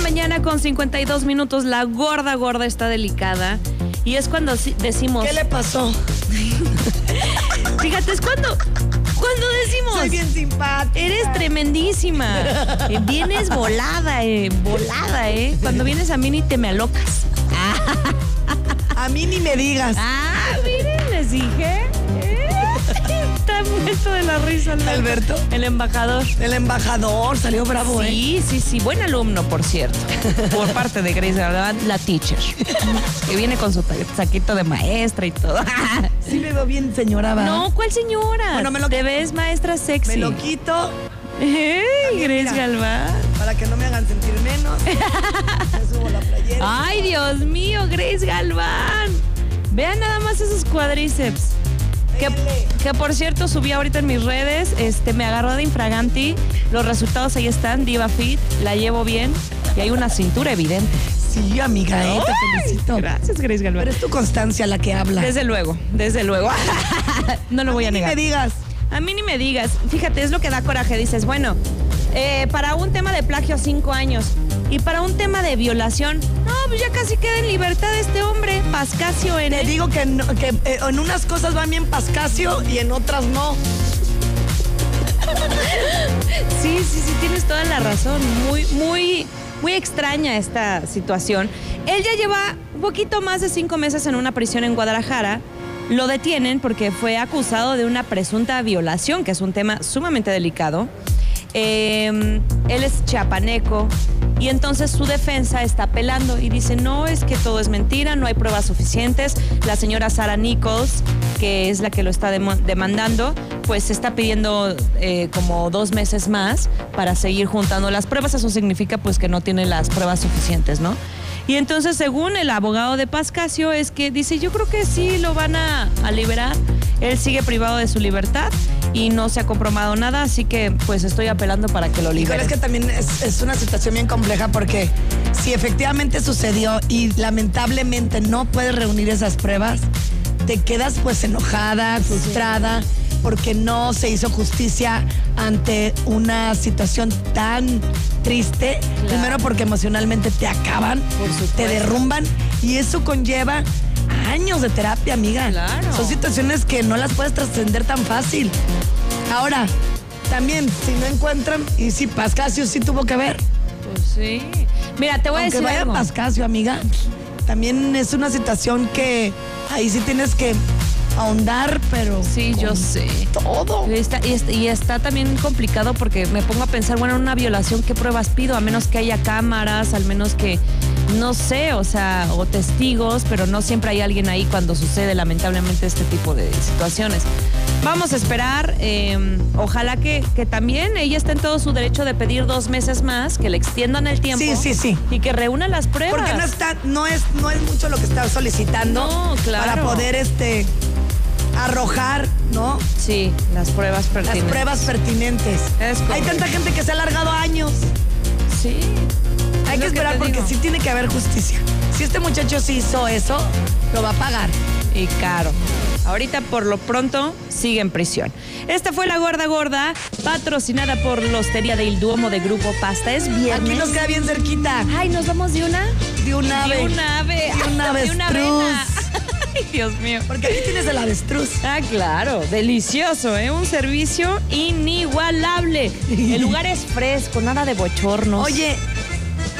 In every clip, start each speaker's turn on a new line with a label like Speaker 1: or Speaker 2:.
Speaker 1: mañana con 52 minutos. La gorda, gorda está delicada. Y es cuando si- decimos.
Speaker 2: ¿Qué le pasó?
Speaker 1: Fíjate, es cuando. Cuando decimos.
Speaker 2: Soy bien simpática.
Speaker 1: Eres tremendísima. Eh, Vienes volada, eh. Volada, eh. Cuando vienes a mí ni te me alocas.
Speaker 2: A mí ni me digas.
Speaker 1: Ah, miren, les dije. Eh, Está muerto de la risa,
Speaker 2: Alberto.
Speaker 1: El embajador.
Speaker 2: El embajador salió bravo, ¿eh?
Speaker 1: Sí, sí, sí, buen alumno, por cierto. Por parte de Grace, la verdad, la teacher. Que viene con su ta- saquito de maestra y todo.
Speaker 2: Sí me veo bien, señora. ¿va?
Speaker 1: No, ¿cuál señora?
Speaker 2: Bueno, me lo
Speaker 1: Te
Speaker 2: quito.
Speaker 1: ves maestra sexy.
Speaker 2: Me lo quito
Speaker 1: Ey,
Speaker 2: También,
Speaker 1: Grace
Speaker 2: mira.
Speaker 1: Galván.
Speaker 2: para que no me hagan sentir menos. Me subo la playera.
Speaker 1: Ay, Dios mío, Grace Galván. Vean nada más esos cuadríceps. Que,
Speaker 2: Pégale.
Speaker 1: que, por cierto subí ahorita en mis redes, este me agarró de infraganti, los resultados ahí están, Diva Fit, la llevo bien y hay una cintura evidente.
Speaker 2: Sí, amiga, ¿eh? Te felicito.
Speaker 1: Gracias, Grace
Speaker 2: Pero
Speaker 1: Galván.
Speaker 2: es tu constancia la que habla.
Speaker 1: Desde luego, desde luego. no lo voy a
Speaker 2: Ni
Speaker 1: negar.
Speaker 2: me digas.
Speaker 1: A mí ni me digas. Fíjate, es lo que da coraje. Dices, bueno, eh, para un tema de plagio cinco años y para un tema de violación, no, pues ya casi queda en libertad este hombre, Pascasio
Speaker 2: Te
Speaker 1: N.
Speaker 2: digo que, no- que, eh, en unas cosas van bien Pascasio y en otras no.
Speaker 1: Sí, sí, sí, tienes toda la razón. Muy, muy, muy extraña esta situación. Él ya lleva un poquito más de cinco meses en una prisión en Guadalajara. Lo detienen porque fue acusado de una presunta violación, que es un tema sumamente delicado. Eh, él es chiapaneco y entonces su defensa está apelando y dice, no, es que todo es mentira, no hay pruebas suficientes. La señora Sara Nichols, que es la que lo está demo- demandando, pues está pidiendo eh, como dos meses más para seguir juntando las pruebas. Eso significa pues que no tiene las pruebas suficientes, ¿no? Y entonces, según el abogado de Pascasio, es que dice, yo creo que sí lo van a, a liberar. Él sigue privado de su libertad y no se ha comprobado nada, así que pues estoy apelando para que lo
Speaker 2: Y
Speaker 1: liberen.
Speaker 2: es que también es, es una situación bien compleja porque si efectivamente sucedió y lamentablemente no puedes reunir esas pruebas, te quedas pues enojada, frustrada, porque no se hizo justicia ante una situación tan triste.
Speaker 1: Claro.
Speaker 2: Primero porque emocionalmente te acaban,
Speaker 1: Por supuesto.
Speaker 2: te derrumban y eso conlleva años de terapia, amiga.
Speaker 1: Claro.
Speaker 2: Son situaciones que no las puedes trascender tan fácil. Ahora, también, si no encuentran, y si Pascasio sí tuvo que ver,
Speaker 1: Pues sí. Mira, te voy
Speaker 2: aunque
Speaker 1: a decir
Speaker 2: vaya
Speaker 1: algo.
Speaker 2: Pascasio, amiga, también es una situación que ahí sí tienes que ahondar, pero.
Speaker 1: Sí, yo
Speaker 2: con
Speaker 1: sé.
Speaker 2: Todo.
Speaker 1: Y está, y está- y está también complicado porque me pongo a pensar, bueno, en una violación, ¿qué pruebas pido? A menos que haya cámaras, al menos que, no sé, o sea, o testigos, pero no siempre hay alguien ahí cuando sucede lamentablemente este tipo de situaciones. Vamos a esperar, eh, ojalá que, que también ella esté en todo su derecho de pedir dos meses más, que le extiendan el tiempo.
Speaker 2: Sí, sí, sí.
Speaker 1: Y que reúna las pruebas.
Speaker 2: Porque no está, no es, no es mucho lo que está solicitando
Speaker 1: No, claro.
Speaker 2: para poder este arrojar, ¿no?
Speaker 1: Sí, las pruebas
Speaker 2: Las
Speaker 1: pertinentes.
Speaker 2: pruebas pertinentes.
Speaker 1: Es
Speaker 2: Hay
Speaker 1: correcto.
Speaker 2: tanta gente que se ha alargado años.
Speaker 1: Sí. Es lo
Speaker 2: Hay que
Speaker 1: te
Speaker 2: esperar porque
Speaker 1: digo.
Speaker 2: sí tiene que haber justicia. Si este muchacho sí hizo eso, lo va a pagar.
Speaker 1: y caro. Ahorita por lo pronto sigue en prisión. Esta fue la gorda gorda, patrocinada por la Hostería del Duomo de Grupo Pasta. Es
Speaker 2: Aquí
Speaker 1: viernes.
Speaker 2: nos queda bien cerquita.
Speaker 1: Ay, nos vamos de una.
Speaker 2: De un ave.
Speaker 1: De una ave.
Speaker 2: De un
Speaker 1: De una
Speaker 2: avestruz.
Speaker 1: avena. Ay, Dios mío.
Speaker 2: Porque aquí tienes el avestruz.
Speaker 1: Ah, claro, delicioso, ¿eh? Un servicio inigualable. El lugar es fresco, nada de bochornos.
Speaker 2: Oye,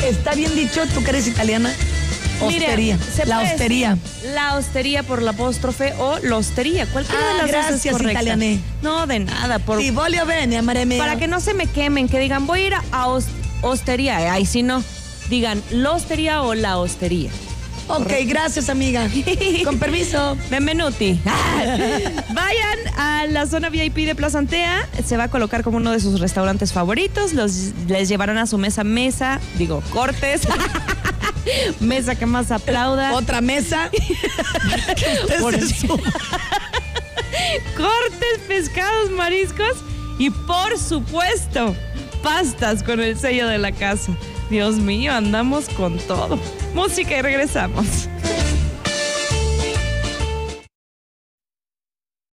Speaker 2: está bien dicho, tú que eres italiana.
Speaker 1: Mire,
Speaker 2: Hostería.
Speaker 1: se
Speaker 2: la
Speaker 1: puede
Speaker 2: hostería.
Speaker 1: decir La hostería por la apóstrofe o la hostería. Cualquiera
Speaker 2: Ah,
Speaker 1: de las dos es
Speaker 2: gracias,
Speaker 1: correcta.
Speaker 2: italiané.
Speaker 1: No, de nada. Por,
Speaker 2: Si volio bene, amare mio.
Speaker 1: Para que no se me quemen, que digan, voy a ir a hos- hostería. eh, Ay, si no, digan, la hostería o la hostería.
Speaker 2: Ok, gracias, amiga. Con permiso.
Speaker 1: Benvenuti. Vayan a la zona VIP de Plaza Antea. Se va a colocar como uno de sus restaurantes favoritos. Los, les llevarán a su mesa, mesa, digo, cortes. mesa que más aplauda.
Speaker 2: Otra mesa. Que usted
Speaker 1: Por-
Speaker 2: se suba.
Speaker 1: cortes, pescados, mariscos y por supuesto pastas con el sello de la casa. Dios mío, andamos con todo. Música y regresamos.